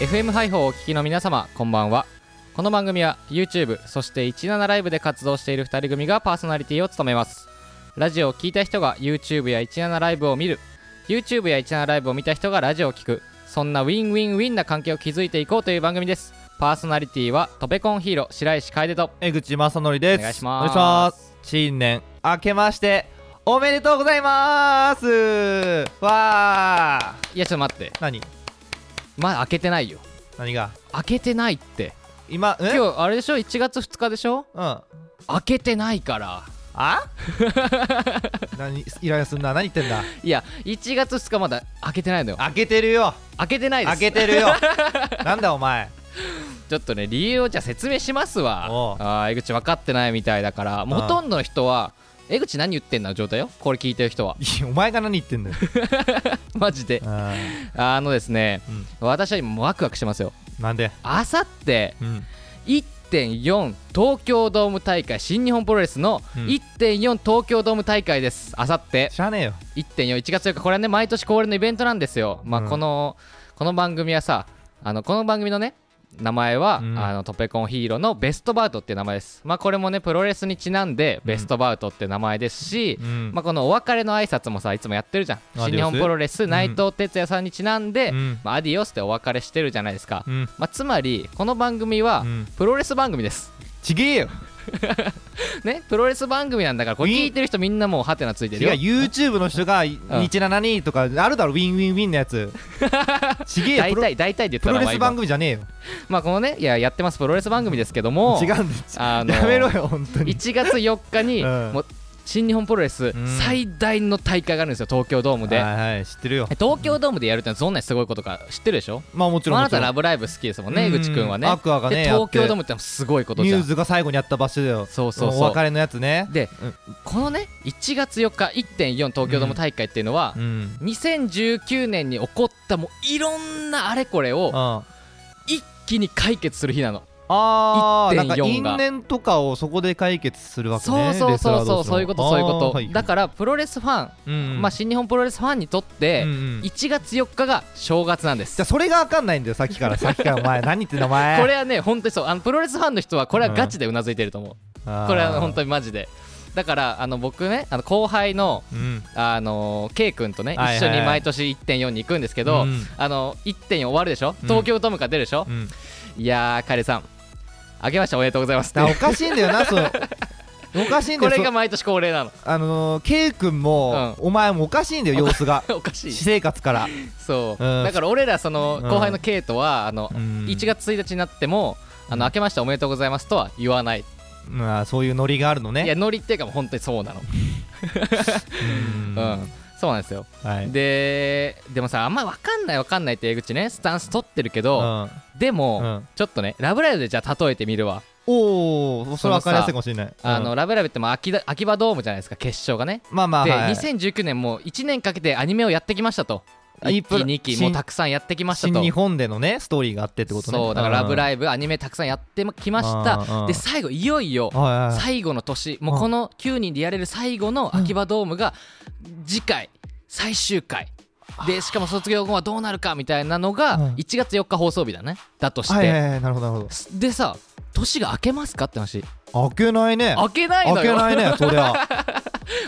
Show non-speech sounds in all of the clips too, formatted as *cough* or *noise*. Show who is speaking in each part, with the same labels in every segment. Speaker 1: FM ハイホーをお聞きの皆様こんばんはこの番組は YouTube そして17ライブで活動している2人組がパーソナリティを務めますラジオを聞いた人が YouTube や17ライブを見る YouTube や17ライブを見た人がラジオを聞くそんなウィンウィンウィンな関係を築いていこうという番組ですパーソナリティはトペコンヒーロー白石楓と
Speaker 2: 江口正則です
Speaker 1: お願いします
Speaker 2: お願いします新年明けましておめでとうございますわあ
Speaker 1: いやちょっと待って
Speaker 2: 何
Speaker 1: まだ開けてないよ
Speaker 2: 何が
Speaker 1: 開けてないって
Speaker 2: 今うん
Speaker 1: 今日あれでしょ1月2日でしょ
Speaker 2: うん
Speaker 1: 開けてないから
Speaker 2: あ何イライラすんな何言って
Speaker 1: *laughs*
Speaker 2: んだ
Speaker 1: いや1月2日まだ開けてないのよ
Speaker 2: 開けてるよ
Speaker 1: 開けてないです
Speaker 2: 開け
Speaker 1: *laughs*
Speaker 2: てるよなんだお前
Speaker 1: ちょっとね理由をじゃあ説明します
Speaker 2: お
Speaker 1: わ
Speaker 2: う
Speaker 1: あー江口分かってないみたいだからもう
Speaker 2: ああ
Speaker 1: ほとんどの人は江口何言ってんだの状態よこれ聞いてる人はい *laughs*
Speaker 2: やお前が何言ってんだよ
Speaker 1: マジで
Speaker 2: う
Speaker 1: あのですね
Speaker 2: ん
Speaker 1: 私は今ワクワクしてますよ
Speaker 2: なんで
Speaker 1: あさって
Speaker 2: うん
Speaker 1: 1.4東京ドーム大会新日本プロレスの
Speaker 2: うん
Speaker 1: 1.4東京ドーム大会ですあさって
Speaker 2: 知らねえよ
Speaker 1: 1.41月4日これはね毎年恒例のイベントなんですよ、まあ
Speaker 2: うん
Speaker 1: このこの番組はさあのこの番組のね名前は、
Speaker 2: うん
Speaker 1: あのトペコンヒーローのベストバウトっていう名前です、まあ、これもねプロレスにちなんでベストバウトって名前ですし、
Speaker 2: うん
Speaker 1: まあ、このお別れの挨拶もさいつもやってるじゃん
Speaker 2: ディオス
Speaker 1: 新日本プロレス
Speaker 2: うん
Speaker 1: 内藤哲也さんにちなんで、
Speaker 2: うん
Speaker 1: まあ、アディオスってお別れしてるじゃないですか、
Speaker 2: うん
Speaker 1: まあ、つまりこの番組は、
Speaker 2: うん
Speaker 1: プロレス番組です。
Speaker 2: ちげえよ
Speaker 1: ね、プロレス番組なんだから、これ聞いてる人みんなもうハテナついてる
Speaker 2: 違う
Speaker 1: よ。
Speaker 2: YouTube の人が「日なに」とかあるだろウィンウィンウィンの
Speaker 1: *laughs*
Speaker 2: やつちげえよ
Speaker 1: 大
Speaker 2: プロ
Speaker 1: 体、大体で言った
Speaker 2: プ
Speaker 1: ら
Speaker 2: ロレ
Speaker 1: まあ
Speaker 2: ス
Speaker 1: 今
Speaker 2: 番組じゃねえよ
Speaker 1: まあこのねいややってますプロレス番組ですけども
Speaker 2: 違うんです
Speaker 1: あの
Speaker 2: やめろよ本当に
Speaker 1: 1月4日に、
Speaker 2: うん
Speaker 1: もう新日本プロレス
Speaker 2: うん
Speaker 1: 最大の大会があるんですよ東京ドームで、
Speaker 2: はいはい知ってるよ
Speaker 1: 東京ドームでやるってのはどんなにすごいことか知ってるでしょ
Speaker 2: まあもちろ
Speaker 1: まあ
Speaker 2: ん
Speaker 1: あな
Speaker 2: もちろ
Speaker 1: た
Speaker 2: ん
Speaker 1: ラブライブ好きですもんね江口くんはね
Speaker 2: うアクアがね
Speaker 1: で東京ドー
Speaker 2: ム
Speaker 1: ムってのはすごいこと
Speaker 2: ミ
Speaker 1: じゃ
Speaker 2: ュー
Speaker 1: ん
Speaker 2: ズが最後にやった場所だよ
Speaker 1: そうそうそう
Speaker 2: お別れのやつね
Speaker 1: で、
Speaker 2: うん
Speaker 1: このね1月4日1.4東京ドーム大会っていうのは
Speaker 2: う、ん
Speaker 1: 2019年に起こったもういろんなあれこれを
Speaker 2: あ
Speaker 1: 一気に解決する日なの
Speaker 2: あーなんか
Speaker 1: 1.4
Speaker 2: 因
Speaker 1: が
Speaker 2: 縁とかをそこで解決するわけ
Speaker 1: そう
Speaker 2: ね
Speaker 1: そうそうそうそう
Speaker 2: レスラー同士の
Speaker 1: いうことそういうこ
Speaker 2: あー
Speaker 1: と、
Speaker 2: はい
Speaker 1: だからプロレスファン、
Speaker 2: うん
Speaker 1: まあ、新日本プロレスファンにとって
Speaker 2: うんうんじ
Speaker 1: 1月4日が正月なんです
Speaker 2: ゃあそれが分かんないんだよさっき
Speaker 1: *laughs*
Speaker 2: からさっきからお前何言ってんだお前
Speaker 1: これはね本当にそうあのプロレスファンの人はこれはガチでうなずいてると思う、これは本
Speaker 2: 当
Speaker 1: 当にマジでだからあの僕ねあの後輩の、
Speaker 2: うん
Speaker 1: あのー、K 君とね
Speaker 2: はいはい
Speaker 1: 一緒に毎年1.4に行くんですけど、
Speaker 2: うん
Speaker 1: あの1.4終わるでしょ
Speaker 2: うん
Speaker 1: 東京ドームから出るでしょ
Speaker 2: う、ん
Speaker 1: いやー彼さんあけましておめでとうございますって
Speaker 2: だからおかしいんだよな
Speaker 1: *laughs*
Speaker 2: そのおかしいんだ
Speaker 1: こ
Speaker 2: よ
Speaker 1: れが
Speaker 2: そ
Speaker 1: 毎年恒例なの *laughs*
Speaker 2: あのー K 君も、お前もおかしいんだよ様子
Speaker 1: *laughs*
Speaker 2: が
Speaker 1: おかしい
Speaker 2: 私生
Speaker 1: *laughs*
Speaker 2: 活から
Speaker 1: そう、
Speaker 2: うん
Speaker 1: だから俺らその
Speaker 2: うん
Speaker 1: 後輩のケイトはあの、
Speaker 2: うん
Speaker 1: 1月1日になってもあの明けましておめでとうございますとは言わないい
Speaker 2: まあそういうノリがあるのね
Speaker 1: やノリっていうかもう本当にそうなの
Speaker 2: う
Speaker 1: う
Speaker 2: ん
Speaker 1: ん、そうなんですよ
Speaker 2: はい
Speaker 1: ででもさあんま分かんない分かんないって江口ねスタンス取ってるけど、
Speaker 2: うん
Speaker 1: でも、
Speaker 2: うん
Speaker 1: ちょっとね「ラブライブ!」でじゃあ例えてみるわ、
Speaker 2: おおそれ分かりやすいかもしれない
Speaker 1: あ
Speaker 2: う
Speaker 1: の
Speaker 2: ん
Speaker 1: ラブライブってもう秋だ秋葉ドームじゃないですか決勝がね
Speaker 2: まあまあ
Speaker 1: で、
Speaker 2: はい
Speaker 1: 2019年もう1年かけてアニメをやってきましたと
Speaker 2: あ
Speaker 1: 1
Speaker 2: いっ
Speaker 1: 期
Speaker 2: ぱい
Speaker 1: 2期
Speaker 2: 新
Speaker 1: もうたくさんやってきました
Speaker 2: 新
Speaker 1: と
Speaker 2: 日本でのねストーリーがあってってことね
Speaker 1: そうだから「ラブ
Speaker 2: イ
Speaker 1: ライブ!」アニメたくさんやってきました
Speaker 2: うんうん
Speaker 1: で最後いよいよ
Speaker 2: はいはいはい
Speaker 1: 最後の年もうこの9人でやれる最後の秋葉ドームが次回最終回でしかも卒業後はどうなるかみたいなのが
Speaker 2: うん
Speaker 1: 1月4日放送日だねだとし
Speaker 2: はいは
Speaker 1: て
Speaker 2: いはいなるほどなる
Speaker 1: でさ年が明けますかって話
Speaker 2: ほど開けないね
Speaker 1: 明けない
Speaker 2: 開
Speaker 1: の
Speaker 2: け
Speaker 1: よ
Speaker 2: ないねそり
Speaker 1: *laughs*
Speaker 2: ゃ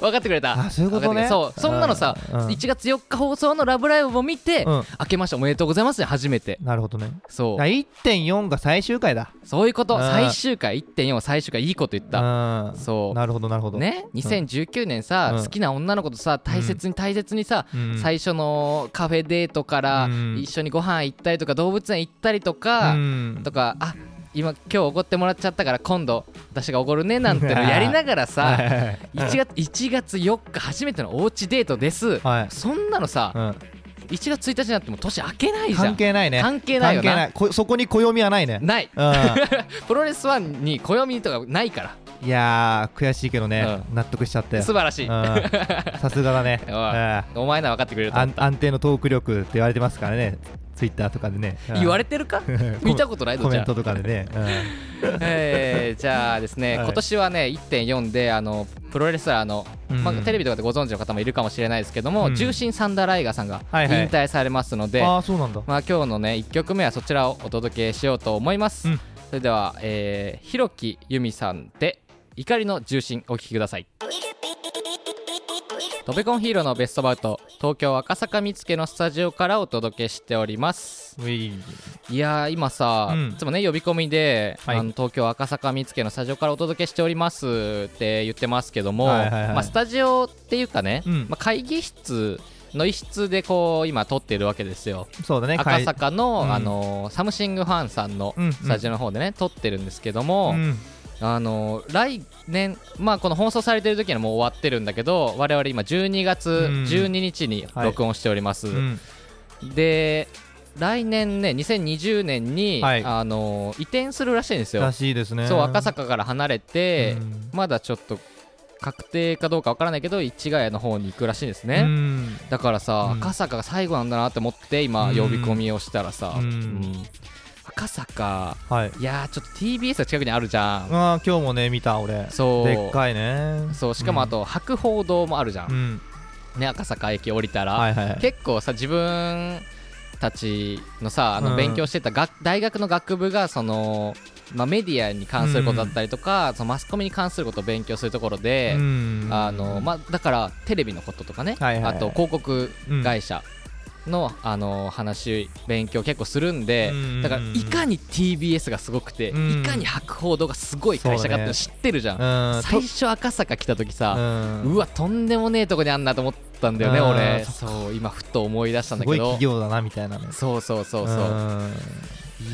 Speaker 1: 分かってくれた
Speaker 2: あそういうこと
Speaker 1: 分かってくれた
Speaker 2: ね
Speaker 1: そうそんなのさ
Speaker 2: うんうん
Speaker 1: 1月4日放送の「ラブライブ!」も見て
Speaker 2: うん
Speaker 1: 明けましておめでとうございますね初めて
Speaker 2: なるほどね
Speaker 1: そ
Speaker 2: だから1.4が最終回だ
Speaker 1: うそういうこと
Speaker 2: うん
Speaker 1: 最終回1.4は最終回いいこと言った
Speaker 2: うん
Speaker 1: そう
Speaker 2: なるほどなるほど
Speaker 1: ね2019年さ、
Speaker 2: うん
Speaker 1: 好きな女の子とさ大切に大切にさ、
Speaker 2: うん
Speaker 1: 最初のカフェデートから
Speaker 2: うん
Speaker 1: 一緒にご飯行ったりとか動物園行ったりとか、
Speaker 2: うん
Speaker 1: とかあ今今日おごってもらっちゃったから今度私がおごるねなんてのやりながら
Speaker 2: は
Speaker 1: さ
Speaker 2: いはい
Speaker 1: 1月 ,1 月4日初めてのおうちデートです、
Speaker 2: はい
Speaker 1: そんなのさ、
Speaker 2: はい
Speaker 1: 1月1日になっても年明けな
Speaker 2: う
Speaker 1: い
Speaker 2: ん
Speaker 1: じゃん
Speaker 2: 関係ないね
Speaker 1: 関係ないよな
Speaker 2: 関係こそこに暦はないね
Speaker 1: ない *laughs*
Speaker 2: うん
Speaker 1: プロレスワンに暦とかないか
Speaker 2: いやー悔しいけどね
Speaker 1: う
Speaker 2: 納得しちゃった
Speaker 1: ら
Speaker 2: よ
Speaker 1: 素晴らしい、
Speaker 2: うんさすがだね
Speaker 1: *laughs* おいお前なら分かってくれる
Speaker 2: うん
Speaker 1: と思う
Speaker 2: 安安定のトーク力って言われてますからねツイッターとかでね、うん
Speaker 1: 言われてるか見たことない
Speaker 2: コ
Speaker 1: ぞじ
Speaker 2: メン
Speaker 1: ゃあ
Speaker 2: トとかでね、
Speaker 1: えーじゃあですね、
Speaker 2: はい
Speaker 1: 今年はね1.4であのプロレスラーの、
Speaker 2: うん
Speaker 1: まあ、テレビとかでご存知の方もいるかもしれないですけども、
Speaker 2: うん
Speaker 1: 重心サンダーライガーさんが引
Speaker 2: はいはい
Speaker 1: 退されますの
Speaker 2: う
Speaker 1: で、
Speaker 2: ん、ああそうなんだ
Speaker 1: まあ、今日のね1曲目はそちらをお届けしようと思います、
Speaker 2: うん
Speaker 1: それでは、えー、ひろきゆみさんで「怒りの重心」お聴きください「ドベコンヒーローのベストバウト」東京赤坂見附のスタジオからお届けしております
Speaker 2: うい
Speaker 1: いやー今さ、
Speaker 2: うん
Speaker 1: いつもね呼び込みで、
Speaker 2: はい
Speaker 1: あの東京赤坂見附のスタジオからお届けしておりますって言ってますけども、
Speaker 2: はいはいはい
Speaker 1: まあ、スタジオっていうかね、
Speaker 2: うん
Speaker 1: まあ、会議室の一室でこう今撮ってるわけですよ
Speaker 2: そうだね
Speaker 1: 赤
Speaker 2: か
Speaker 1: 坂の、
Speaker 2: うん
Speaker 1: あのーサムシングファンさんの
Speaker 2: うんうん
Speaker 1: スタジオの方でね、撮ってるんですけども、
Speaker 2: うん
Speaker 1: あのー来年、まあ、この放送されてる時にはもう終わってるんだけど我々今12月12日に
Speaker 2: はい
Speaker 1: 録音しております、
Speaker 2: うん
Speaker 1: で来年ね2020年に、
Speaker 2: はい
Speaker 1: あのー移転するらしいんですよ
Speaker 2: ら、しいですね
Speaker 1: そう赤坂から離れて、
Speaker 2: うん
Speaker 1: まだちょっと確定かどうかわからないけど市ヶ谷の方に行くらしいんですね、
Speaker 2: うん
Speaker 1: だからさ、
Speaker 2: うん
Speaker 1: 赤坂が最後なんだなって思って今
Speaker 2: うん
Speaker 1: 呼び込みをしたらさ、
Speaker 2: うん
Speaker 1: うん赤坂
Speaker 2: はい
Speaker 1: いやーちょっと TBS が近くにあるじゃん、
Speaker 2: ああ今日もね見た俺
Speaker 1: そう
Speaker 2: でっかいね
Speaker 1: そうしかもあと博報堂もあるじゃ、
Speaker 2: うんん
Speaker 1: ね赤坂駅降りたら、
Speaker 2: はいはい
Speaker 1: 結構さ自分たちのさあの
Speaker 2: うん
Speaker 1: 勉強してた学、大学の学部がその、まあ、メディアに関することだったりとか、そのマスコミに関することを勉強するところで、
Speaker 2: うん
Speaker 1: あのまあ、だからテレビのこととかね、
Speaker 2: はいはいはい
Speaker 1: あと広告会社の,、あの話勉強結構するんで、
Speaker 2: うん
Speaker 1: だからいかに TBS がすごくて、
Speaker 2: うん
Speaker 1: いかに博報堂がすごい会社かっていうの知ってるじゃん、
Speaker 2: うん
Speaker 1: 最初赤坂来た時さ、
Speaker 2: うん
Speaker 1: うわとんでもねえとこにあんなと思ったんだよね
Speaker 2: あー
Speaker 1: 俺
Speaker 2: そ
Speaker 1: そう今ふと思い出したん
Speaker 2: す
Speaker 1: だ
Speaker 2: ご
Speaker 1: け
Speaker 2: い
Speaker 1: ど
Speaker 2: 企業だなみたいなね
Speaker 1: そうそうそうそう、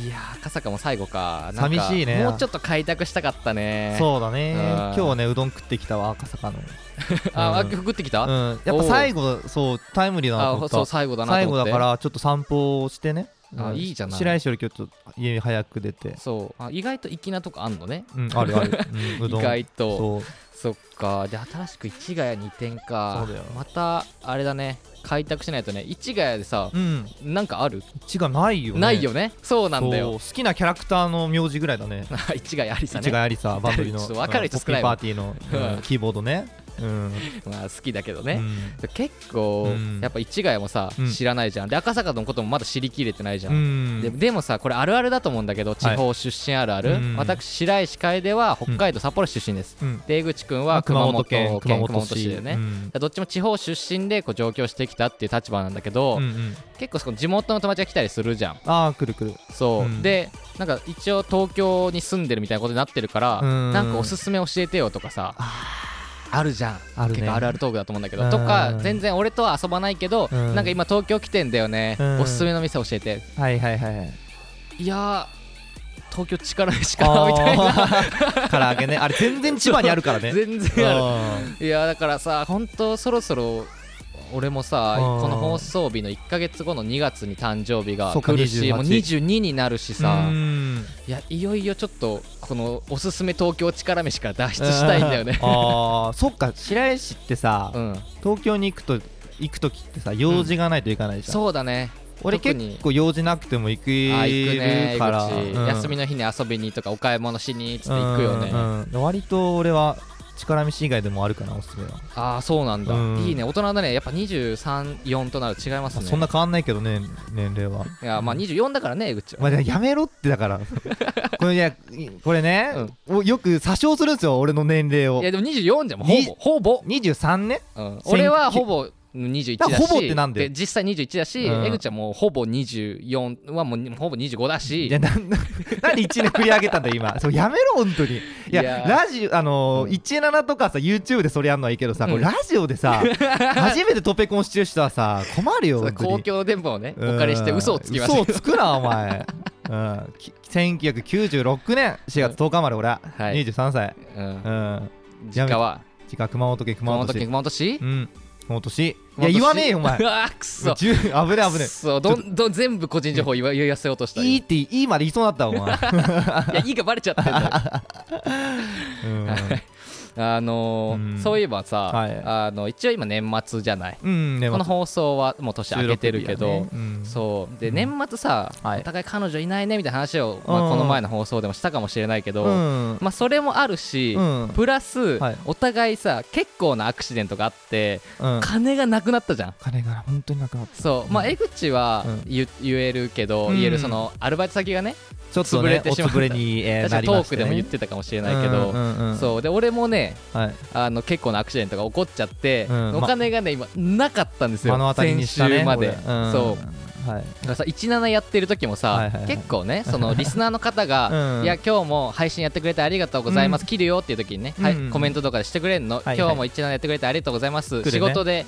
Speaker 1: いやー赤坂も最後かなんか
Speaker 2: 寂しいね
Speaker 1: もうちょっと開拓したかったね
Speaker 2: んそうだね
Speaker 1: うん
Speaker 2: 今日はねうどん食ってきたわ赤坂の
Speaker 1: *laughs* ああ
Speaker 2: うん
Speaker 1: 食ってきた、
Speaker 2: うんやっぱ最後そうタイムリーだなと
Speaker 1: あ
Speaker 2: 思っ
Speaker 1: そう
Speaker 2: た
Speaker 1: 最後だな
Speaker 2: 最
Speaker 1: と
Speaker 2: 後
Speaker 1: 思っ
Speaker 2: だ
Speaker 1: て
Speaker 2: からちょっと散歩をしてね
Speaker 1: あ
Speaker 2: うん
Speaker 1: いいじゃない
Speaker 2: 白石より今日ちょっと家早く出て
Speaker 1: そうあ意外と粋なとこあんのね
Speaker 2: うん
Speaker 1: *laughs*
Speaker 2: あるあるうんう
Speaker 1: 意
Speaker 2: どん
Speaker 1: 外と
Speaker 2: そう
Speaker 1: そっかで新しく市ヶ谷に移転か
Speaker 2: そうだよ
Speaker 1: またあれだね開拓しないとね市ヶ谷でさ
Speaker 2: うん
Speaker 1: なんかある
Speaker 2: 血がないよね
Speaker 1: ないよねそうなんだ
Speaker 2: そう
Speaker 1: よ
Speaker 2: 好きなキャラクターの名字ぐらいだね
Speaker 1: *laughs* 市ヶ谷ありさ
Speaker 2: 市
Speaker 1: ね、
Speaker 2: があ
Speaker 1: *laughs*
Speaker 2: りさバンドリー
Speaker 1: ちょっと
Speaker 2: の
Speaker 1: 分かる人
Speaker 2: うんポッピーパーティーの
Speaker 1: ん
Speaker 2: うんキーボードねうん
Speaker 1: まあ、好きだけどね、
Speaker 2: うん
Speaker 1: 結構、
Speaker 2: うん
Speaker 1: やっぱ市ヶ谷もさ、
Speaker 2: うん
Speaker 1: 知らないじゃんで赤坂のこともまだ知りきれてないじゃ、
Speaker 2: うんん
Speaker 1: ででもさこれあるあるだと思うんだけど地方出身あるある、
Speaker 2: うん
Speaker 1: 私白石楓は北海道札幌出身です、
Speaker 2: うん
Speaker 1: で江口君
Speaker 2: ま
Speaker 1: は
Speaker 2: あ
Speaker 1: 熊本県熊
Speaker 2: 熊
Speaker 1: 本
Speaker 2: 本
Speaker 1: 市
Speaker 2: 市
Speaker 1: だよね、
Speaker 2: う
Speaker 1: だか
Speaker 2: ん
Speaker 1: らどっちも地方出身でこう上京してきたっていう立場なんだけど、
Speaker 2: うんうん
Speaker 1: 結構その地元の友達が来たりするじゃん
Speaker 2: ああくるくる
Speaker 1: そう、
Speaker 2: うん
Speaker 1: でなんか一応東京に住んでるみたいなことになってるから、
Speaker 2: うん
Speaker 1: なんかおすすめ教えてよとかさあるじゃん
Speaker 2: あるね
Speaker 1: 結構あるあるトークだと思うんだけ
Speaker 2: う
Speaker 1: ど
Speaker 2: ん
Speaker 1: とか全然俺とは遊ばないけど、
Speaker 2: うん
Speaker 1: なんか今東京来てんだよね、
Speaker 2: うん
Speaker 1: おすすめの店教えて
Speaker 2: はいはいはい
Speaker 1: *laughs*
Speaker 2: はい
Speaker 1: いやー東京力ないしかなみたいな
Speaker 2: あー唐揚げねあれ全然千葉にあるから
Speaker 1: *laughs*
Speaker 2: ね
Speaker 1: 全然ある
Speaker 2: うん
Speaker 1: いやだからさ本当そろそろ俺もさ
Speaker 2: うん
Speaker 1: この放送日の1ヶ月後の2月に誕生日が
Speaker 2: そうか
Speaker 1: 来るし
Speaker 2: 28
Speaker 1: もう22になるしさ
Speaker 2: うん
Speaker 1: いやいよいよちょっとこのおすすめ東京力飯から脱出したいんだよね
Speaker 2: あーそっか白石ってさ
Speaker 1: うん
Speaker 2: 東京に行くと行く時ってさ用事がないといかないじゃん
Speaker 1: そうだね
Speaker 2: 俺
Speaker 1: 特に
Speaker 2: 結構用事なくても行
Speaker 1: あ行くね
Speaker 2: くから
Speaker 1: 江口
Speaker 2: うん
Speaker 1: 休みの日に遊びにとかお買い物しにっつって行くよね
Speaker 2: うんうんうん割と俺は力飯以外でもあるかなおすすめは、
Speaker 1: ああそうなんだ
Speaker 2: うん
Speaker 1: いいね大人だねやっぱ234となると違います
Speaker 2: まあ
Speaker 1: ね
Speaker 2: そんな変わんないけどね年齢
Speaker 1: *laughs*
Speaker 2: は、
Speaker 1: いやまあ24だからね江口は
Speaker 2: まあ、やめろってだ
Speaker 1: *laughs*
Speaker 2: からこれいやこれね、およく詐称するんですよ俺の年齢を
Speaker 1: いやでも24じゃんもう
Speaker 2: に
Speaker 1: ほぼほ
Speaker 2: 23ね
Speaker 1: ぼ、うん、
Speaker 2: 千
Speaker 1: 俺はほぼ21だし
Speaker 2: だからほぼってなんだよ
Speaker 1: で実際21だし、
Speaker 2: うん
Speaker 1: 江口はもうほぼ24はもうほぼ25だし
Speaker 2: いやなん *laughs* なんで1年繰り上げたんだよ今そうやめろ本当にいや
Speaker 1: いや
Speaker 2: ラジオあの
Speaker 1: う
Speaker 2: ー
Speaker 1: ん
Speaker 2: 17とかさ YouTube でそれやんのはいいけどさ、こ
Speaker 1: うん
Speaker 2: れラジオで
Speaker 1: *laughs*
Speaker 2: さ初めてトペコンしてる人はさ困るよ
Speaker 1: そう
Speaker 2: 本当に
Speaker 1: 公共の電波をねお借りして嘘をつきまし
Speaker 2: す嘘
Speaker 1: た
Speaker 2: をつくなお前うん、き1996年4月10日生まれ俺、
Speaker 1: い
Speaker 2: 23歳、
Speaker 1: うん
Speaker 2: うん、
Speaker 1: 実家は
Speaker 2: 時間熊本県熊
Speaker 1: 熊
Speaker 2: 本
Speaker 1: 本
Speaker 2: 市
Speaker 1: 県熊本市
Speaker 2: うん熊本市い
Speaker 1: 熊本市
Speaker 2: や言わねえよ
Speaker 1: *laughs*
Speaker 2: お前
Speaker 1: うわーくそ
Speaker 2: 十危ねえ危ね
Speaker 1: そうどんどん全部個人情報言わ言わせようとした
Speaker 2: えいいっていい
Speaker 1: *laughs*
Speaker 2: まで言いそうになったわお前、
Speaker 1: 今
Speaker 2: *laughs*
Speaker 1: いやいいがバレちゃってんだよ
Speaker 2: うん、
Speaker 1: あのー
Speaker 2: うん
Speaker 1: そういえばさ、
Speaker 2: はい
Speaker 1: あの一応今年末じゃない、
Speaker 2: うんね
Speaker 1: この放送はもう年明けてるけど、そうで
Speaker 2: うん
Speaker 1: 年末さ、
Speaker 2: はい
Speaker 1: お互い彼女いないねみたいな話を、まあ
Speaker 2: うん
Speaker 1: この前の放送でもしたかもしれないけど、
Speaker 2: うん
Speaker 1: まあ、それもあるし、
Speaker 2: うん
Speaker 1: プラス、
Speaker 2: はい
Speaker 1: お互いさ結構なアクシデントがあって
Speaker 2: うん
Speaker 1: 金がなくなったじゃん。
Speaker 2: 金が本当になくなった
Speaker 1: そうまあ、
Speaker 2: うん
Speaker 1: 江口は
Speaker 2: うん
Speaker 1: 言,、言えるけど、
Speaker 2: うん
Speaker 1: 言えるそのアルバイト先がね
Speaker 2: ちょっ
Speaker 1: 潰
Speaker 2: と
Speaker 1: れ
Speaker 2: ね
Speaker 1: て
Speaker 2: お
Speaker 1: しまった
Speaker 2: つぶれにえー
Speaker 1: 確
Speaker 2: な
Speaker 1: か
Speaker 2: り
Speaker 1: ト
Speaker 2: ま
Speaker 1: ー
Speaker 2: して
Speaker 1: ク
Speaker 2: ね
Speaker 1: でも言ってたかもしれないけど、
Speaker 2: うんうんうん
Speaker 1: そうで俺もね
Speaker 2: はい
Speaker 1: あの結構なアクシデントが起こっちゃって、
Speaker 2: うん
Speaker 1: お金がね今なかったんですよ
Speaker 2: 目の当たりに
Speaker 1: 先
Speaker 2: したね
Speaker 1: 週まで、
Speaker 2: これうん
Speaker 1: そう
Speaker 2: はい
Speaker 1: だからさ17やってる時もさ、
Speaker 2: はいはいはい
Speaker 1: 結構ねそ
Speaker 2: *laughs*
Speaker 1: のリスナーの方が、
Speaker 2: うん
Speaker 1: いや今日も配信やってくれてありがとうございます、
Speaker 2: う
Speaker 1: 切るよっていう時にね、はい
Speaker 2: うん
Speaker 1: コメントとかでしてくれんの、
Speaker 2: はい
Speaker 1: 今日も17やってくれてありがとうございます、
Speaker 2: 来るね
Speaker 1: 仕事で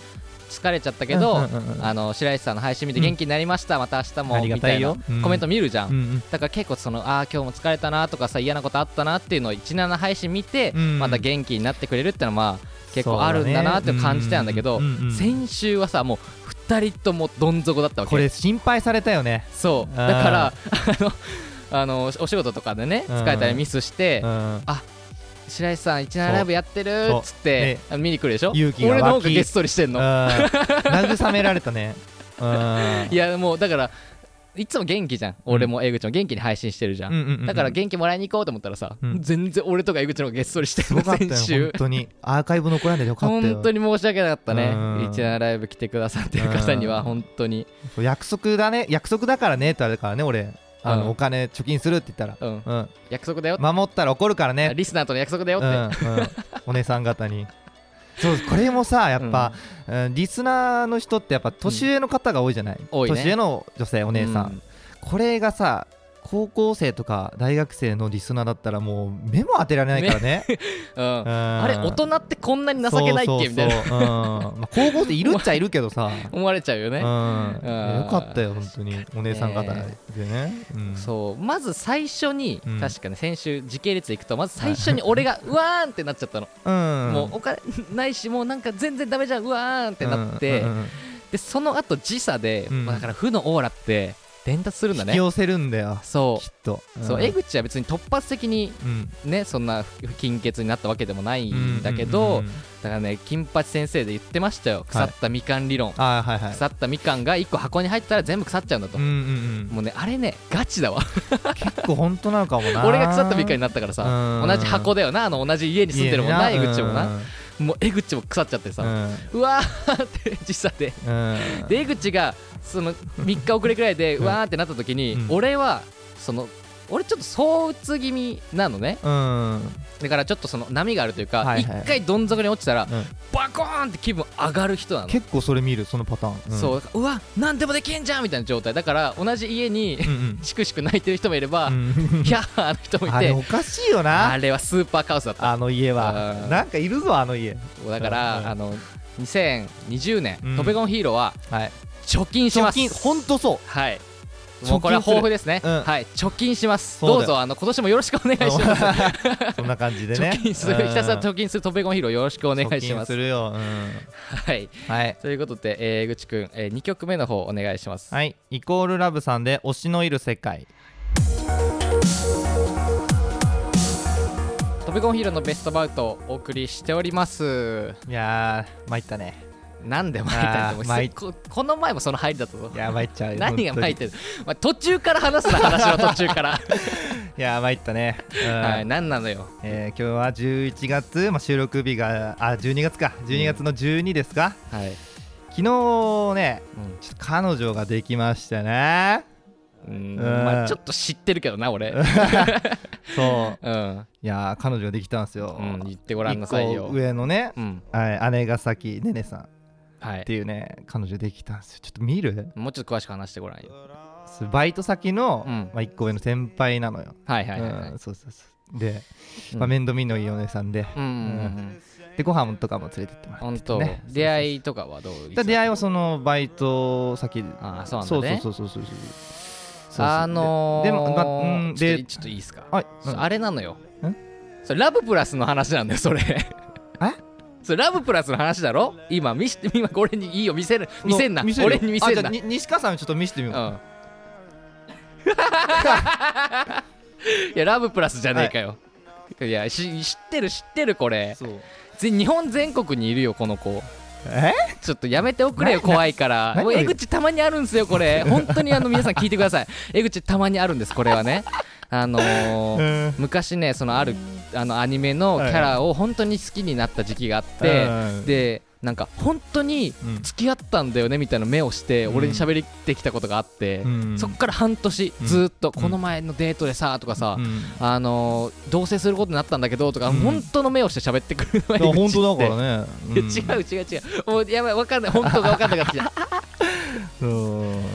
Speaker 1: 疲れちゃったけど、
Speaker 2: うんうんうんうん
Speaker 1: あの白石さんの配信見て元気になりました、また明日
Speaker 2: あ
Speaker 1: も
Speaker 2: りが
Speaker 1: みた
Speaker 2: た
Speaker 1: い
Speaker 2: い
Speaker 1: な
Speaker 2: ようん
Speaker 1: コメント見るじゃん、
Speaker 2: うんうん
Speaker 1: だから結構そのああ今日も疲れたなとかさ嫌なことあったなっていうのを17配信見て、
Speaker 2: うん
Speaker 1: また元気になってくれるってのはまあ結構あるんだなって感じてたんだけど、
Speaker 2: そうだねうんうんうんうん
Speaker 1: 先週はさもう2人ともどん底だったわけ
Speaker 2: これ心配されたよね
Speaker 1: そうだからあのあのお仕事とかでね
Speaker 2: うん
Speaker 1: 疲れたりミスして、
Speaker 2: うん
Speaker 1: 白石さん17ライブやってるっつって見に来るでしょ
Speaker 2: 勇気が湧
Speaker 1: 俺
Speaker 2: き
Speaker 1: の方がげっそりしてん
Speaker 2: うん
Speaker 1: の
Speaker 2: 慰められた
Speaker 1: *laughs*
Speaker 2: ねうん
Speaker 1: いやもうだからいつも元気じゃん俺も江口も元気に配信してるじゃん、
Speaker 2: うんうんうんうん
Speaker 1: だから元気もらいに行こうと思ったらさ、
Speaker 2: うん
Speaker 1: 全然俺とか江口の方がげっそりして
Speaker 2: す
Speaker 1: んの
Speaker 2: ごかったよ
Speaker 1: 先週
Speaker 2: 本当にアーカイブ残らんでよかったよ
Speaker 1: 本当に申し訳なかったね
Speaker 2: うん
Speaker 1: 17ライブ来てくださってる方には
Speaker 2: うん
Speaker 1: 本当に
Speaker 2: 約束だね約束だからねってあれだからね俺あ
Speaker 1: うん
Speaker 2: のお金貯金するって言った
Speaker 1: う
Speaker 2: ら
Speaker 1: ん
Speaker 2: うん
Speaker 1: 約束だよ、
Speaker 2: 守ったら怒るからね
Speaker 1: リスナーとの約束だよっ
Speaker 2: う
Speaker 1: て、
Speaker 2: んうんお姉さん方にそうこれもさやっぱうんリスナーの人ってやっぱ年上の方が多いじゃない
Speaker 1: 多いね
Speaker 2: 年上の女性お姉さ
Speaker 1: うん
Speaker 2: これがさ高校生とか大学生のリスナーだったらもう目も当てられないから
Speaker 1: *laughs*
Speaker 2: ね
Speaker 1: うん
Speaker 2: うん
Speaker 1: あれ大人ってこんなに情けないっけみたいな
Speaker 2: そうそうそううんまあ高校生いるっちゃいるけどさ
Speaker 1: 思われちゃうよ
Speaker 2: うん
Speaker 1: *laughs* ね、
Speaker 2: よかったよ本当にお姉さん方でねうん
Speaker 1: そうまず最初に、
Speaker 2: うん
Speaker 1: 確かね先週時系列でいくとまず最初に俺
Speaker 2: *laughs*
Speaker 1: がうわーんってなっちゃったの、
Speaker 2: うん
Speaker 1: もうお金ないしもうなんか全然ダメじゃんうわーんってなって、
Speaker 2: うんうんうん
Speaker 1: でその後時差で、
Speaker 2: うん
Speaker 1: まあだから負のオーラって伝達するんだ
Speaker 2: 引
Speaker 1: ね
Speaker 2: き寄せるんだよ
Speaker 1: そ
Speaker 2: きっと
Speaker 1: う,、そう江口は別に突発的に
Speaker 2: うん
Speaker 1: ねそんな貧血になったわけでもない
Speaker 2: うん
Speaker 1: んだけ
Speaker 2: う
Speaker 1: ど
Speaker 2: んうんうん
Speaker 1: だからね金八先生で言ってましたよ腐ったみかん理論、
Speaker 2: あーはいはい
Speaker 1: 腐ったみかんが1個箱に入ったら全部腐っちゃうんだと、
Speaker 2: うんうんうん
Speaker 1: もうねあれねガチだわ
Speaker 2: 結構本当なのかもな
Speaker 1: 俺が腐ったみかんになったからさ
Speaker 2: うん
Speaker 1: 同じ箱だよなあの同じ家に住んでるもんな江口もなもう江口も腐っちゃって
Speaker 2: う
Speaker 1: さ
Speaker 2: ん
Speaker 1: うわーって時差で
Speaker 2: うん
Speaker 1: で江口がその3日遅れくらいでう
Speaker 2: う
Speaker 1: んわーってなった時に
Speaker 2: うん
Speaker 1: 俺はその俺ちょっと躁うつ気味なのね
Speaker 2: うんうん
Speaker 1: だからちょっとその波があるという
Speaker 2: は
Speaker 1: か
Speaker 2: い
Speaker 1: 一
Speaker 2: はい
Speaker 1: 回どん底に落ちたらバコーンって気分上がる人なの
Speaker 2: 結構それ見るそのパターンん
Speaker 1: そうだからうわ何でもできんじゃんみたいな状態だから同じ家に
Speaker 2: うんうん
Speaker 1: しくしく泣いてる人もいれば
Speaker 2: うん
Speaker 1: キャーの人もい
Speaker 2: あれ
Speaker 1: て
Speaker 2: おかしいよ
Speaker 1: あ
Speaker 2: な
Speaker 1: れはスーパーカオスだった
Speaker 2: あの家は
Speaker 1: うん
Speaker 2: なんかいるぞあの家
Speaker 1: だか
Speaker 2: うん
Speaker 1: らあの2020年
Speaker 2: うん
Speaker 1: トベゴンヒーローは
Speaker 2: はい
Speaker 1: 貯金します
Speaker 2: 本当そ
Speaker 1: はい
Speaker 2: 貯金
Speaker 1: もうこれは抱負ですね、
Speaker 2: するうん
Speaker 1: はい貯金します
Speaker 2: そうだ
Speaker 1: ど
Speaker 2: よ
Speaker 1: うぞあの今年もよろしくお願いし
Speaker 2: う
Speaker 1: ます
Speaker 2: そんな感じでね
Speaker 1: 貯金するひたすら貯金するトベゴンヒーローよろしくお
Speaker 2: お
Speaker 1: 願いします
Speaker 2: するようん
Speaker 1: はい
Speaker 2: はい
Speaker 1: ということで、えー、江口くん、え2曲目の方お願いします
Speaker 2: はいイコールラブさんで推しのいる世界
Speaker 1: トベゴンヒーローのベストバウトをお送りしております
Speaker 2: いやー参ったね
Speaker 1: なんで巻いたんだ
Speaker 2: あー
Speaker 1: もう
Speaker 2: 参っ
Speaker 1: ここの前もその入りだったぞ
Speaker 2: いや参っちゃうよ
Speaker 1: 何が巻い
Speaker 2: る
Speaker 1: てるまあ、途中から話すな話の途中
Speaker 2: *laughs*
Speaker 1: から、
Speaker 2: いや参ったねうん
Speaker 1: はい、何なのよ
Speaker 2: えー今日は11月、まあ、収録日があ12月か12月の12ですか、
Speaker 1: はい、
Speaker 2: 昨日ねちょっと彼女ができましたね
Speaker 1: うん
Speaker 2: うん
Speaker 1: まあ、ちょっと知ってるけどな俺
Speaker 2: そう
Speaker 1: うん、
Speaker 2: いやー彼女ができたんですよ、
Speaker 1: うん、言ってごらんなさい
Speaker 2: 一
Speaker 1: よ
Speaker 2: 個、上のね、
Speaker 1: うん
Speaker 2: はい、姉が先ねねさんっ
Speaker 1: はい
Speaker 2: て、いうね彼女できたんですよちょっと見る
Speaker 1: もうちょっと詳しく話してごらんよ
Speaker 2: そうバイト先の、
Speaker 1: うん
Speaker 2: まあ、1個上の先輩なのよ、
Speaker 1: はいはいはいはい
Speaker 2: うん、そうそうそうで、
Speaker 1: うん
Speaker 2: まあ、面倒見のいいお姉さんで、
Speaker 1: うんうんうん
Speaker 2: でご飯とかも連れてってもらっ
Speaker 1: 本
Speaker 2: て
Speaker 1: 当、
Speaker 2: ね
Speaker 1: 出会いとかはどう
Speaker 2: だから出会いはそのバイト先で
Speaker 1: ああそうなんだね
Speaker 2: そうそうそうそうそうそう
Speaker 1: あのー、
Speaker 2: ででも、まあうん、
Speaker 1: ちょっと
Speaker 2: で
Speaker 1: ちょっといいですか、
Speaker 2: はい
Speaker 1: そう
Speaker 2: うん
Speaker 1: あれなのよ
Speaker 2: ん
Speaker 1: それラブプラスの話なんだよそれえそれラブプラスの話だろ今見して今俺にいいよ見せる見せんな
Speaker 2: 見せるよ
Speaker 1: 俺に見せ
Speaker 2: あ
Speaker 1: ん
Speaker 2: じゃ
Speaker 1: な
Speaker 2: あに西川さんちょっと見せてみ
Speaker 1: *laughs*
Speaker 2: よう、
Speaker 1: うんいやラブプラスじゃねえかよ、いやし知ってる知ってるこれ
Speaker 2: そう
Speaker 1: ぜ日本全国にいるよこの子
Speaker 2: え
Speaker 1: ちょっとやめておくれよ
Speaker 2: なな
Speaker 1: 怖いから
Speaker 2: 何
Speaker 1: もう
Speaker 2: を言
Speaker 1: 江
Speaker 2: う
Speaker 1: 口たまにあるんですよこ
Speaker 2: *laughs*
Speaker 1: れ本当にあの皆さん聞いてください江口たまにあるんですこれはねあのー
Speaker 2: うん
Speaker 1: 昔ねそのあるあのアニメのキャラを本当に好きになった時期があって、
Speaker 2: うん
Speaker 1: でなんか本当に
Speaker 2: うん
Speaker 1: 付き合ったんだよねみたいな目をして
Speaker 2: うん
Speaker 1: 俺に喋ってきたことがあって、
Speaker 2: うん
Speaker 1: そっから半年ずーっと
Speaker 2: うん
Speaker 1: この前のデートでさとかさ、
Speaker 2: うん
Speaker 1: あのー同棲することになったんだけどとか、
Speaker 2: うん
Speaker 1: 本当の目をして喋ってくるの
Speaker 2: いや本当だ
Speaker 1: ら
Speaker 2: からね、
Speaker 1: いや違う違う違うもうやばい分かんない本当が分かんなかったじ
Speaker 2: うんそう
Speaker 1: ゃん、うん、も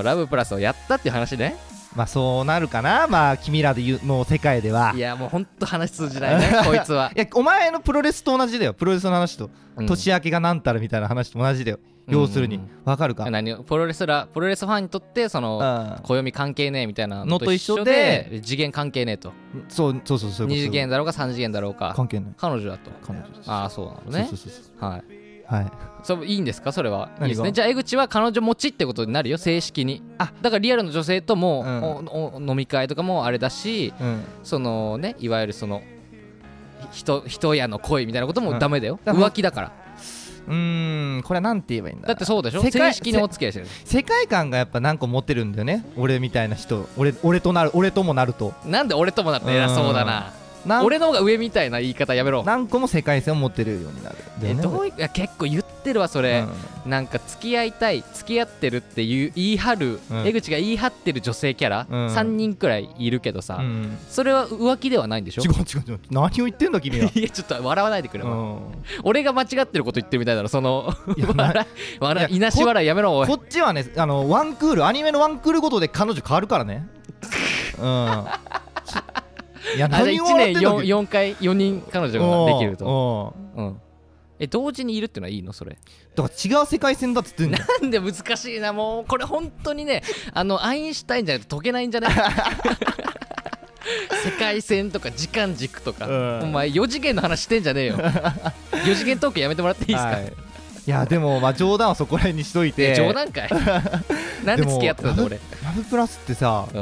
Speaker 1: うラブプラスをやったっていう話ね
Speaker 2: まあそうなるかなまあ君らで言うの世界ではいいや
Speaker 1: やもう本当話通じない *laughs* ねこいつは、
Speaker 2: お前のプロレスと同じだよプロレスの話と、
Speaker 1: うん
Speaker 2: 年明けがなんたらみたいな話と同じだよ、
Speaker 1: うん
Speaker 2: 要するに
Speaker 1: うん
Speaker 2: わかるか、
Speaker 1: 何をプロレスラープロレスファンにとってその
Speaker 2: う
Speaker 1: 暦関係ねえみたいな
Speaker 2: のと一緒で
Speaker 1: で次元関係ねえと
Speaker 2: ん、そうそうそうそう
Speaker 1: 二
Speaker 2: いう
Speaker 1: 次
Speaker 2: ことそういう
Speaker 1: 元だろうか三次元だろう
Speaker 2: こと
Speaker 1: か
Speaker 2: 関係ない
Speaker 1: 彼女だと
Speaker 2: 彼女です
Speaker 1: ああそうなの
Speaker 2: そう
Speaker 1: ね
Speaker 2: そうそうそう
Speaker 1: はい
Speaker 2: はい
Speaker 1: そういいんですかそれはいい
Speaker 2: 何が
Speaker 1: ですねじゃあ江口は彼女持ちってことになるよ正式に
Speaker 2: あ
Speaker 1: だからリアルの女性とも
Speaker 2: うん
Speaker 1: おお飲み会とかもあれだし
Speaker 2: うん
Speaker 1: そのねいわゆるその人人やの恋みたいなこともダメだよ、
Speaker 2: うん
Speaker 1: 浮気だから
Speaker 2: うーんこれはなんて言えばいいんだ
Speaker 1: だってそうでしょ
Speaker 2: 世
Speaker 1: 正
Speaker 2: 界
Speaker 1: 式にお付き合いしてる
Speaker 2: 世界観がやっぱ何個持ってるんだよね俺みたいな人俺俺となる俺ともなると
Speaker 1: なんで俺ともだって偉そうだな
Speaker 2: 何
Speaker 1: 俺の方が上みたいな言い方やめろ
Speaker 2: 何個も世界線を持ってるようになるんだ
Speaker 1: え
Speaker 2: よね
Speaker 1: どういういや結構言ってるわそ
Speaker 2: 俺
Speaker 1: れ、なんか付き合いたい付き合ってるっていう言い張る、
Speaker 2: うん
Speaker 1: 江口が言い張ってる女性キャラ、
Speaker 2: うん
Speaker 1: 3人くらいいるけどさ、
Speaker 2: うんうん
Speaker 1: それは浮気ではないんでしょ *laughs*
Speaker 2: 違う違う違う何を言ってんだ君は
Speaker 1: いやちょっと笑わないでくれ、
Speaker 2: う
Speaker 1: 俺が間違ってること言ってるみたいだろその
Speaker 2: んいやな
Speaker 1: 笑い *laughs* 笑い
Speaker 2: いや
Speaker 1: いなし笑いやめろおい
Speaker 2: こっちはねあのワンクールアニメのワンクールごとで彼女変わるからね
Speaker 1: *laughs*
Speaker 2: うんいや
Speaker 1: あじゃあ
Speaker 2: 何
Speaker 1: 1
Speaker 2: を
Speaker 1: 年
Speaker 2: 笑ってんの
Speaker 1: 4, 四回4人彼女ができると、
Speaker 2: と
Speaker 1: うん、え同時にいるってのはいいのそれ
Speaker 2: だから違う世界線だっつってんだよ
Speaker 1: なんで難しいなもうこれ本当にねあのアインシュタインじゃないと解けないんじゃない *laughs* 世界線とか時間軸とか、
Speaker 2: うん
Speaker 1: お前4次元の話してんじゃねえ *laughs* よ4次元トークやめてもらっていいですか、
Speaker 2: はいいやでもまあ冗談はそこら辺にしとい
Speaker 1: え
Speaker 2: て
Speaker 1: 冗談か *laughs* いなんで付き合ってたの俺、
Speaker 2: ラブプラスってさ
Speaker 1: う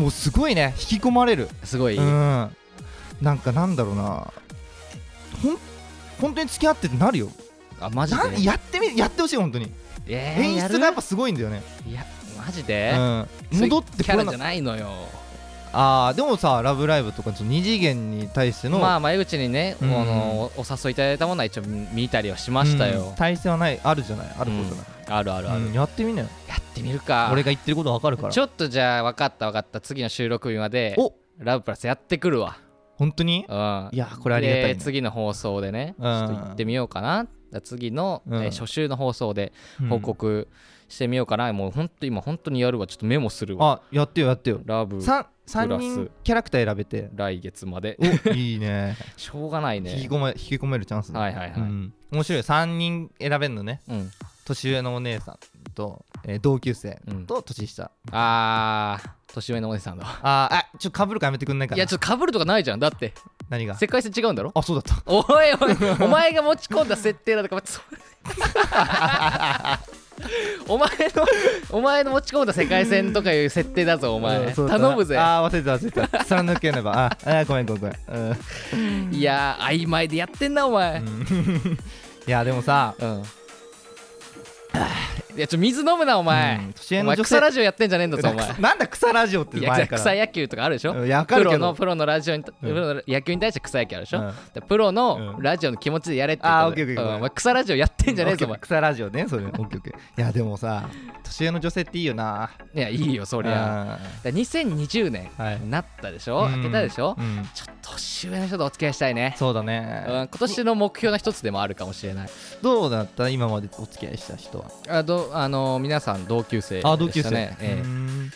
Speaker 1: ん、
Speaker 2: もうすごいね引き込まれる
Speaker 1: すごい、
Speaker 2: うんなんかなんだろうなほん本当に付き合ってってなるよ
Speaker 1: あマジ
Speaker 2: な
Speaker 1: で
Speaker 2: やってみやってほしい本当に
Speaker 1: えー
Speaker 2: 演
Speaker 1: や
Speaker 2: 出
Speaker 1: る
Speaker 2: がやっぱすごいんだよね
Speaker 1: いやマジで、
Speaker 2: う
Speaker 1: そ
Speaker 2: ん
Speaker 1: ういう
Speaker 2: 戻って
Speaker 1: キ
Speaker 2: こ
Speaker 1: ャ
Speaker 2: れ
Speaker 1: ラ
Speaker 2: な
Speaker 1: じゃないのよ
Speaker 2: あーでもさ「ラブライブ!」とかその二次元に対しての、
Speaker 1: まあ前口にね、
Speaker 2: うん
Speaker 1: あのお誘いいただいたものは一応見たりはしました
Speaker 2: うん
Speaker 1: よ、
Speaker 2: 対戦はないあるじゃないあることじゃない、
Speaker 1: あるあるある、
Speaker 2: うん
Speaker 1: や
Speaker 2: やってみなよ
Speaker 1: ってみるか
Speaker 2: 俺が言ってることわかるから
Speaker 1: ちょっとじゃあ分かった分かった次の収録日まで
Speaker 2: お
Speaker 1: ラブプラスやってくるわ、
Speaker 2: 本当に
Speaker 1: うん、
Speaker 2: いやーこれありがたい、ね
Speaker 1: で次の放送でねち
Speaker 2: うん
Speaker 1: ょっと行ってみようかなだから次の、
Speaker 2: うん
Speaker 1: えー初週の放送で
Speaker 2: うん
Speaker 1: 報告してみようかな、もうほんと今本当にやるわちょっとメモするわ
Speaker 2: あやってよやってよ
Speaker 1: ラブ
Speaker 2: 3, 三人キャラクター選べ
Speaker 1: *laughs*
Speaker 2: て
Speaker 1: 来月まで
Speaker 2: おいいね
Speaker 1: しょうがない
Speaker 2: 引き
Speaker 1: ね
Speaker 2: 込め引き込めるチャンスだ
Speaker 1: はいはいはい
Speaker 2: うん面白い3人選べるのね
Speaker 1: うん
Speaker 2: 年上のお姉さんと、えー同級生
Speaker 1: うん
Speaker 2: と年下、
Speaker 1: あー年上のお姉さんだわ
Speaker 2: あーあちょっと被るからやめてくんないか
Speaker 1: い
Speaker 2: な
Speaker 1: やちょっとかぶるとかないじゃんだって
Speaker 2: 何が
Speaker 1: 世界線違うんだろ
Speaker 2: あそうだった
Speaker 1: おいおいお前が持ち込んだ設定だとか *laughs* そお前のお前の持ち込んだ世界線とかいう設定だぞお
Speaker 2: うん
Speaker 1: 前
Speaker 2: そうだったな
Speaker 1: 頼むぜ
Speaker 2: あー忘れてた忘れてた貫けねばああーごめんごめんごめん、うん、い
Speaker 1: いやー曖昧でやってんなお前
Speaker 2: *laughs* やでもさ、
Speaker 1: うんいやちょ水飲むなお前
Speaker 2: うん年上
Speaker 1: お
Speaker 2: の
Speaker 1: 前
Speaker 2: 女
Speaker 1: 草
Speaker 2: 性
Speaker 1: ラジオやってんじゃねえんだぞお
Speaker 2: なん
Speaker 1: 前
Speaker 2: だなんだ草ラジオって
Speaker 1: い
Speaker 2: 前
Speaker 1: や
Speaker 2: から
Speaker 1: 草野球とかあるでしょ
Speaker 2: うんいやわか
Speaker 1: プ
Speaker 2: る
Speaker 1: ロ
Speaker 2: け
Speaker 1: の
Speaker 2: ど
Speaker 1: プロのラジオにた、
Speaker 2: うん
Speaker 1: プロの野球に対して草野球あるでしょ、
Speaker 2: うん
Speaker 1: でプロの
Speaker 2: うん
Speaker 1: ラジオの気持ちでやれって
Speaker 2: あ
Speaker 1: こ
Speaker 2: ー
Speaker 1: とで
Speaker 2: オッケーオッケ
Speaker 1: う
Speaker 2: ー
Speaker 1: ん
Speaker 2: ごめん
Speaker 1: お前草ラジオやってんじゃねえぞお
Speaker 2: オッ
Speaker 1: 前
Speaker 2: ケー草ラジオねそれオッケーオッケーいやでもさ年上の女性っていいよない
Speaker 1: やいいよそ
Speaker 2: こ
Speaker 1: りゃだから2020年
Speaker 2: はい
Speaker 1: なったでしょ、開けたでしょ、
Speaker 2: うん
Speaker 1: ちょっと年上の人とお付き合いしたいね、
Speaker 2: そうだ
Speaker 1: うん、
Speaker 2: ね
Speaker 1: 今年の目標の一つでもあるかもしれない
Speaker 2: どうだった今までお付き合いした人は
Speaker 1: あどあの皆さん同級生でしたね
Speaker 2: あ同級生
Speaker 1: ええ
Speaker 2: うーん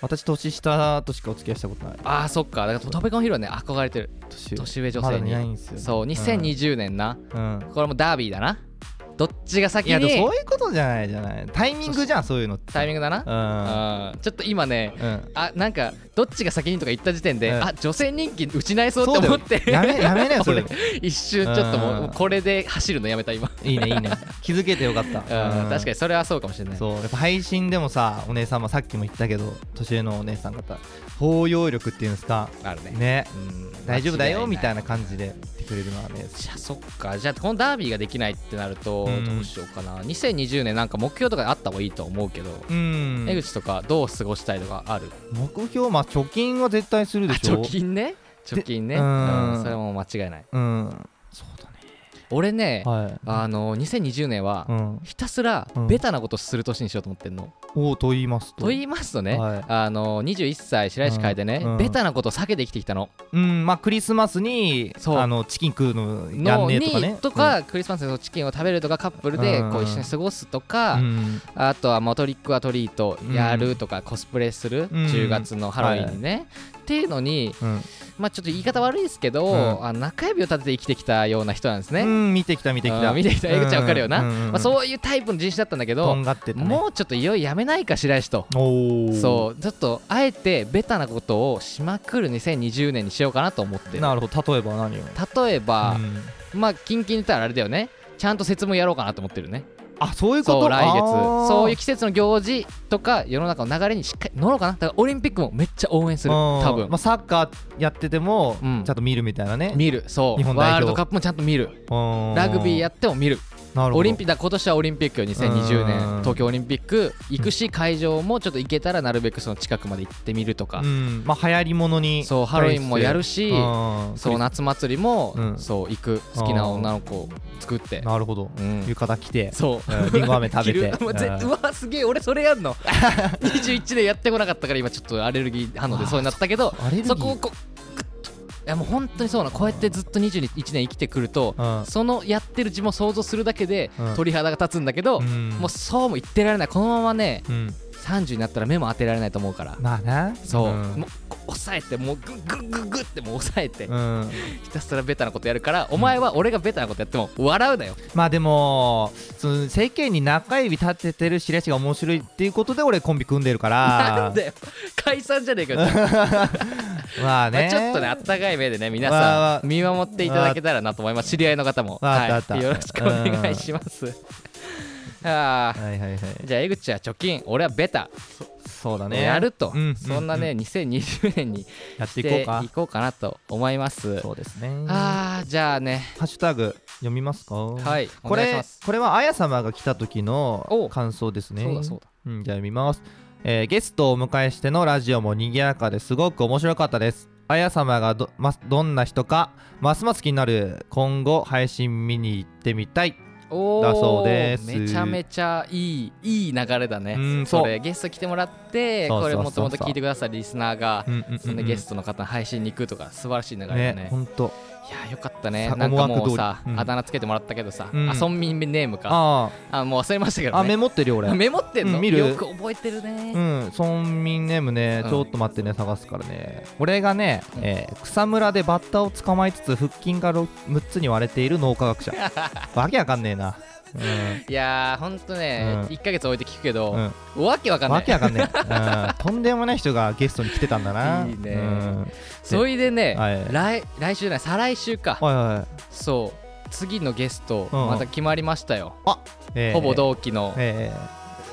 Speaker 2: 私年下としかお付き合いしたことない
Speaker 1: ああそっかだからトペコンヒーローね憧れてる
Speaker 2: 年
Speaker 1: 年上女
Speaker 2: ま
Speaker 1: 性
Speaker 2: だ
Speaker 1: に、
Speaker 2: いないんですよ
Speaker 1: そう
Speaker 2: 二
Speaker 1: 2020年な、
Speaker 2: うん
Speaker 1: これもダービーだなどっちが先
Speaker 2: いやでも
Speaker 1: に
Speaker 2: そういうことじゃないじゃないタイミングじゃんそういうのって
Speaker 1: タイミングだな、
Speaker 2: う
Speaker 1: うんちょっと今ね
Speaker 2: んうん
Speaker 1: あなんかどっちが先にとか言った時点で、
Speaker 2: うん
Speaker 1: あ女性人気打ちないそう
Speaker 2: そう
Speaker 1: って
Speaker 2: だ
Speaker 1: 思
Speaker 2: よ
Speaker 1: って
Speaker 2: やめやめな
Speaker 1: *laughs*
Speaker 2: よそれ
Speaker 1: 一瞬ちょっともう
Speaker 2: うん
Speaker 1: もうこれで走るのやめた今
Speaker 2: いいねいいね気づけてよかった
Speaker 1: うん確かにそれはそうかもしれない
Speaker 2: そうやっぱ配信でもさお姉さんもさっきも言ったけど年上のお姉さん方包容力っていうんですか
Speaker 1: あるね
Speaker 2: ね
Speaker 1: うん
Speaker 2: 大丈夫だよみたい
Speaker 1: 間違
Speaker 2: な感じで言ってくれるのはね
Speaker 1: いないじゃあそっかじゃあこのダービーができないってなると
Speaker 2: うん
Speaker 1: どうしようかな、2020年なんか目標とかあった方がいいと思うけど、
Speaker 2: うん
Speaker 1: 江口とかどう過ごしたいとかある
Speaker 2: 目標まあ貯金は絶対する
Speaker 1: あ
Speaker 2: でしょ
Speaker 1: 貯金ね貯金ね
Speaker 2: でうん
Speaker 1: うんそれはもう間違いない
Speaker 2: うんそうだね
Speaker 1: 俺ね、
Speaker 2: はい
Speaker 1: あの2020年は、
Speaker 2: うん
Speaker 1: ひたすら
Speaker 2: うん
Speaker 1: ベタなことする年にしようと思ってんの、
Speaker 2: おうと言いますと
Speaker 1: と言いますとね、
Speaker 2: はい
Speaker 1: あの21歳白石変えてね、
Speaker 2: うん
Speaker 1: ベタなこと避けて生きてきたの
Speaker 2: うんまあクリスマスに
Speaker 1: そう
Speaker 2: あのチキン食うのやん
Speaker 1: の
Speaker 2: ねえ
Speaker 1: に
Speaker 2: とかね
Speaker 1: とか、クリスマスのチキンを食べるとかカップルで
Speaker 2: うん
Speaker 1: こう一緒に過ごすと
Speaker 2: う
Speaker 1: か、
Speaker 2: ん
Speaker 1: あとはもうトリックはトリートやるとか、コスプレする、
Speaker 2: うん
Speaker 1: 10月のハロウィンにね、っていうのに、
Speaker 2: うん
Speaker 1: まあ、ちょっと言い方悪いですけど、
Speaker 2: うん
Speaker 1: あの中指を立てて生きてきたような人なんですね、
Speaker 2: うん見てきた見てき
Speaker 1: う
Speaker 2: た
Speaker 1: ん見てきた江口はわかるよなまあ、
Speaker 2: う
Speaker 1: そういうタイプの人種だったんだけ
Speaker 2: と
Speaker 1: ど
Speaker 2: んがってたね
Speaker 1: もうちょっといよいよやめないか白石と
Speaker 2: おお
Speaker 1: そうちょっとあえてベタなことをしまくる2020年にしようかなと思ってる
Speaker 2: なるほど例えば何を
Speaker 1: 例えば、
Speaker 2: うん
Speaker 1: まあキンキンに言ったらあれだよねちゃんと節分やろうかなと思ってるね
Speaker 2: あそういうこと
Speaker 1: そう来月
Speaker 2: あー
Speaker 1: そういう季節の行事とか世の中の流れにしっかり乗ろうかなだからオリンピックもめっちゃ応援する
Speaker 2: うん
Speaker 1: 多分、
Speaker 2: まあ、サッカーやってても、
Speaker 1: うん
Speaker 2: ちゃんと見るみたいなね
Speaker 1: 見るそう
Speaker 2: 日本代表
Speaker 1: ワールドカップもちゃんと見るラ
Speaker 2: ラ
Speaker 1: グビーやっても見るオリンピックだから今年はオリンピックよ2020年
Speaker 2: うん
Speaker 1: 東京オリンピック行くし会場もちょっと行けたらなるべくその近くまで行ってみるとか、
Speaker 2: うんまあ、流行りものに
Speaker 1: そうハロウィンもやるし、
Speaker 2: うん
Speaker 1: そう夏祭りも、
Speaker 2: うん
Speaker 1: そう行く好きな女の子を作って、
Speaker 2: なるほど、
Speaker 1: うん
Speaker 2: 浴衣着て
Speaker 1: そう
Speaker 2: うんりんご飴食べ
Speaker 1: 着 *laughs*
Speaker 2: て
Speaker 1: るもうぜ
Speaker 2: うん
Speaker 1: うわすげえ俺それやんの *laughs* 21年やってこなかったから今ちょっとアレルギー反応でそうになったけど
Speaker 2: アレルギー
Speaker 1: そこをこうグッといやもう本当にそうなのこうやってずっと21年生きてくると
Speaker 2: うん
Speaker 1: そのやってる自分を想像するだけで
Speaker 2: うん
Speaker 1: 鳥肌が立つんだけど、
Speaker 2: うん
Speaker 1: もうそうも言ってられないこのままね
Speaker 2: うん
Speaker 1: 30になったら目も当てられないと思うから
Speaker 2: まあな
Speaker 1: そう、
Speaker 2: ん
Speaker 1: もうこう抑えてもうグッグッグッグッってもう抑えて、
Speaker 2: うん
Speaker 1: ひたすらベタなことやるからお前は俺がベタなことやっても笑うなよ、
Speaker 2: まあでもその世間に中指立ててる白石が面白いっていうことで俺コンビ組んでるから
Speaker 1: なんだよ解散じゃねえかよ
Speaker 2: まあ
Speaker 1: まあ
Speaker 2: ね
Speaker 1: ちょっとねあったかい目でね皆
Speaker 2: わあわ
Speaker 1: さ
Speaker 2: あ
Speaker 1: ん見守っていただけたらなと思います知り合いの方も、
Speaker 2: わああった
Speaker 1: は
Speaker 2: あっ
Speaker 1: い、
Speaker 2: た
Speaker 1: よろしくお願いしますあー
Speaker 2: はいはいはい
Speaker 1: じゃあ江口は貯金俺はベタ、
Speaker 2: そうだね
Speaker 1: やると、
Speaker 2: うん
Speaker 1: そんなね、
Speaker 2: う
Speaker 1: 2020年に
Speaker 2: やって
Speaker 1: し
Speaker 2: いこ
Speaker 1: て
Speaker 2: うか
Speaker 1: いこうかなと思います
Speaker 2: そうですね
Speaker 1: あーじゃあね
Speaker 2: ハッシュタグ読みますかは
Speaker 1: はいお
Speaker 2: こ
Speaker 1: 願いしま
Speaker 2: れ
Speaker 1: す
Speaker 2: これはあや様が来た時
Speaker 1: お
Speaker 2: の感想ですね
Speaker 1: そうだそうだ
Speaker 2: うん、じゃあ読みます、えーゲストをお迎えしてのラジオも賑やかですごく面白かったですあや様がど,、ま、どんな人かますます気になる今後配信見に行ってみたい
Speaker 1: おー
Speaker 2: だそうです
Speaker 1: めちゃめちゃいいいい流れだね、
Speaker 2: うん
Speaker 1: そ
Speaker 2: そう
Speaker 1: れゲスト来てもらって
Speaker 2: そう
Speaker 1: こ
Speaker 2: そう
Speaker 1: れ
Speaker 2: そうそう
Speaker 1: もっともっと聞いてくださるリスナーが、
Speaker 2: うんうん
Speaker 1: そんでゲストの方の配信に行くとか素晴らしい流れだね
Speaker 2: ねほんと
Speaker 1: いやーよかったね
Speaker 2: さ
Speaker 1: なんかもう
Speaker 2: 思
Speaker 1: さ、
Speaker 2: 惑通りうん
Speaker 1: あだ名つけてもらったけどさ、
Speaker 2: うん
Speaker 1: あ村民ネームか
Speaker 2: あ
Speaker 1: あもう忘れましたけ
Speaker 2: ああ
Speaker 1: ど
Speaker 2: メ
Speaker 1: ね
Speaker 2: モってるよ俺
Speaker 1: あメモってんの、
Speaker 2: うん見る
Speaker 1: よく覚えてるね、
Speaker 2: うん、村民ネームね
Speaker 1: うん、
Speaker 2: ちょっと待ってね、探すからね。俺がね、
Speaker 1: うん
Speaker 2: えー草むらでバッタを捕まえつつ、腹筋がろ6つに割れている脳科
Speaker 1: *laughs*
Speaker 2: 学者。わけわかんねえな。
Speaker 1: いやーほんとね、
Speaker 2: うん
Speaker 1: 一1か月置いて聞くけど
Speaker 2: うん、、うん
Speaker 1: わけわかんな
Speaker 2: わ
Speaker 1: い
Speaker 2: けわかんねえ。
Speaker 1: *laughs*
Speaker 2: うん、とんでもない人がゲストに来てたんだな。
Speaker 1: いいね
Speaker 2: うん
Speaker 1: それでね、
Speaker 2: はい
Speaker 1: 来来週じゃない再来週か、
Speaker 2: はいはい。
Speaker 1: そう次のゲスト、
Speaker 2: うん
Speaker 1: また決まりましたよ、
Speaker 2: えー
Speaker 1: ほぼ同期の
Speaker 2: え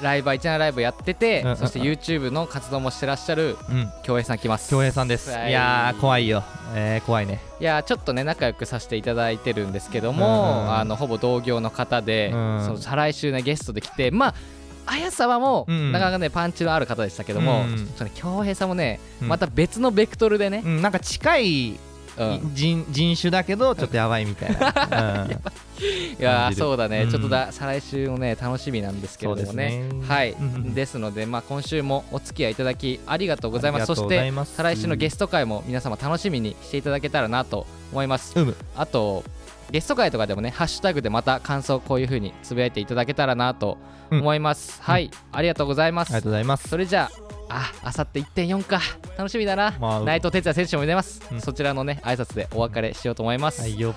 Speaker 1: ライバー一覧ライブやってて、
Speaker 2: うん
Speaker 1: そして
Speaker 2: うん
Speaker 1: YouTube の活動もしてらっしゃる
Speaker 2: ーうん、
Speaker 1: 京平さん来ます
Speaker 2: 恭平さんです。
Speaker 1: はい
Speaker 2: いやー、怖いよ。えー、怖いね。
Speaker 1: いやーちょっとね仲良くさせていただいてるんですけども、
Speaker 2: うん
Speaker 1: あのほぼ同業の方で、
Speaker 2: うん
Speaker 1: その再来週ねゲストで来てまあ綾沢も、
Speaker 2: うん
Speaker 1: なかなかねパンチのある方でしたけども、
Speaker 2: うん
Speaker 1: ちょっとね恭平さんもね、
Speaker 2: うん
Speaker 1: また別のベクトルでね
Speaker 2: う、ん、なんか近い
Speaker 1: うんい
Speaker 2: 人人種だけど、ちょっとやばいみたい
Speaker 1: *laughs*
Speaker 2: な。うん
Speaker 1: や
Speaker 2: 感
Speaker 1: ー
Speaker 2: じる
Speaker 1: そうだね、
Speaker 2: うん
Speaker 1: ちょっとだ再来週もね楽しみなんですけれどもね
Speaker 2: そうですね
Speaker 1: はい、
Speaker 2: うんうん
Speaker 1: ですので、まあ、今週もお付き合いいただきありがとうございます
Speaker 2: ありがとうございます
Speaker 1: そして再来週のゲスト会も皆様楽しみにしていただけたらなと思います
Speaker 2: うむ。
Speaker 1: あとゲスト会とかでもねハッシュタグでまた感想をこういう風につぶやいていただけたらなと思います、はい、ありがとうございま
Speaker 2: あり
Speaker 1: す
Speaker 2: がとうございます。
Speaker 1: それじゃああさって1.4か楽しみだな、
Speaker 2: まあ
Speaker 1: 内藤哲也選手も出ます、
Speaker 2: うん
Speaker 1: そちらのね挨拶でお別れしようと思います、
Speaker 2: はいよ。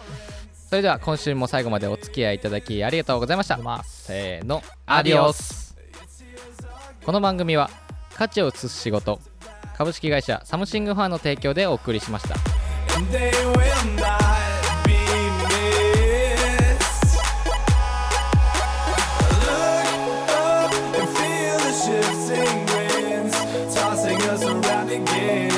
Speaker 1: それでは今週も最後までお付き合いいただきありがとうございましたせーのア
Speaker 2: ア
Speaker 1: デ
Speaker 2: デ
Speaker 1: ィ
Speaker 2: ィ
Speaker 1: オ
Speaker 2: オ
Speaker 1: スこの番組は価値を移す仕事株式会社サムシングファンの提供でお送りしました
Speaker 3: They will not be missed. Look up and feel the shifting winds tossing again.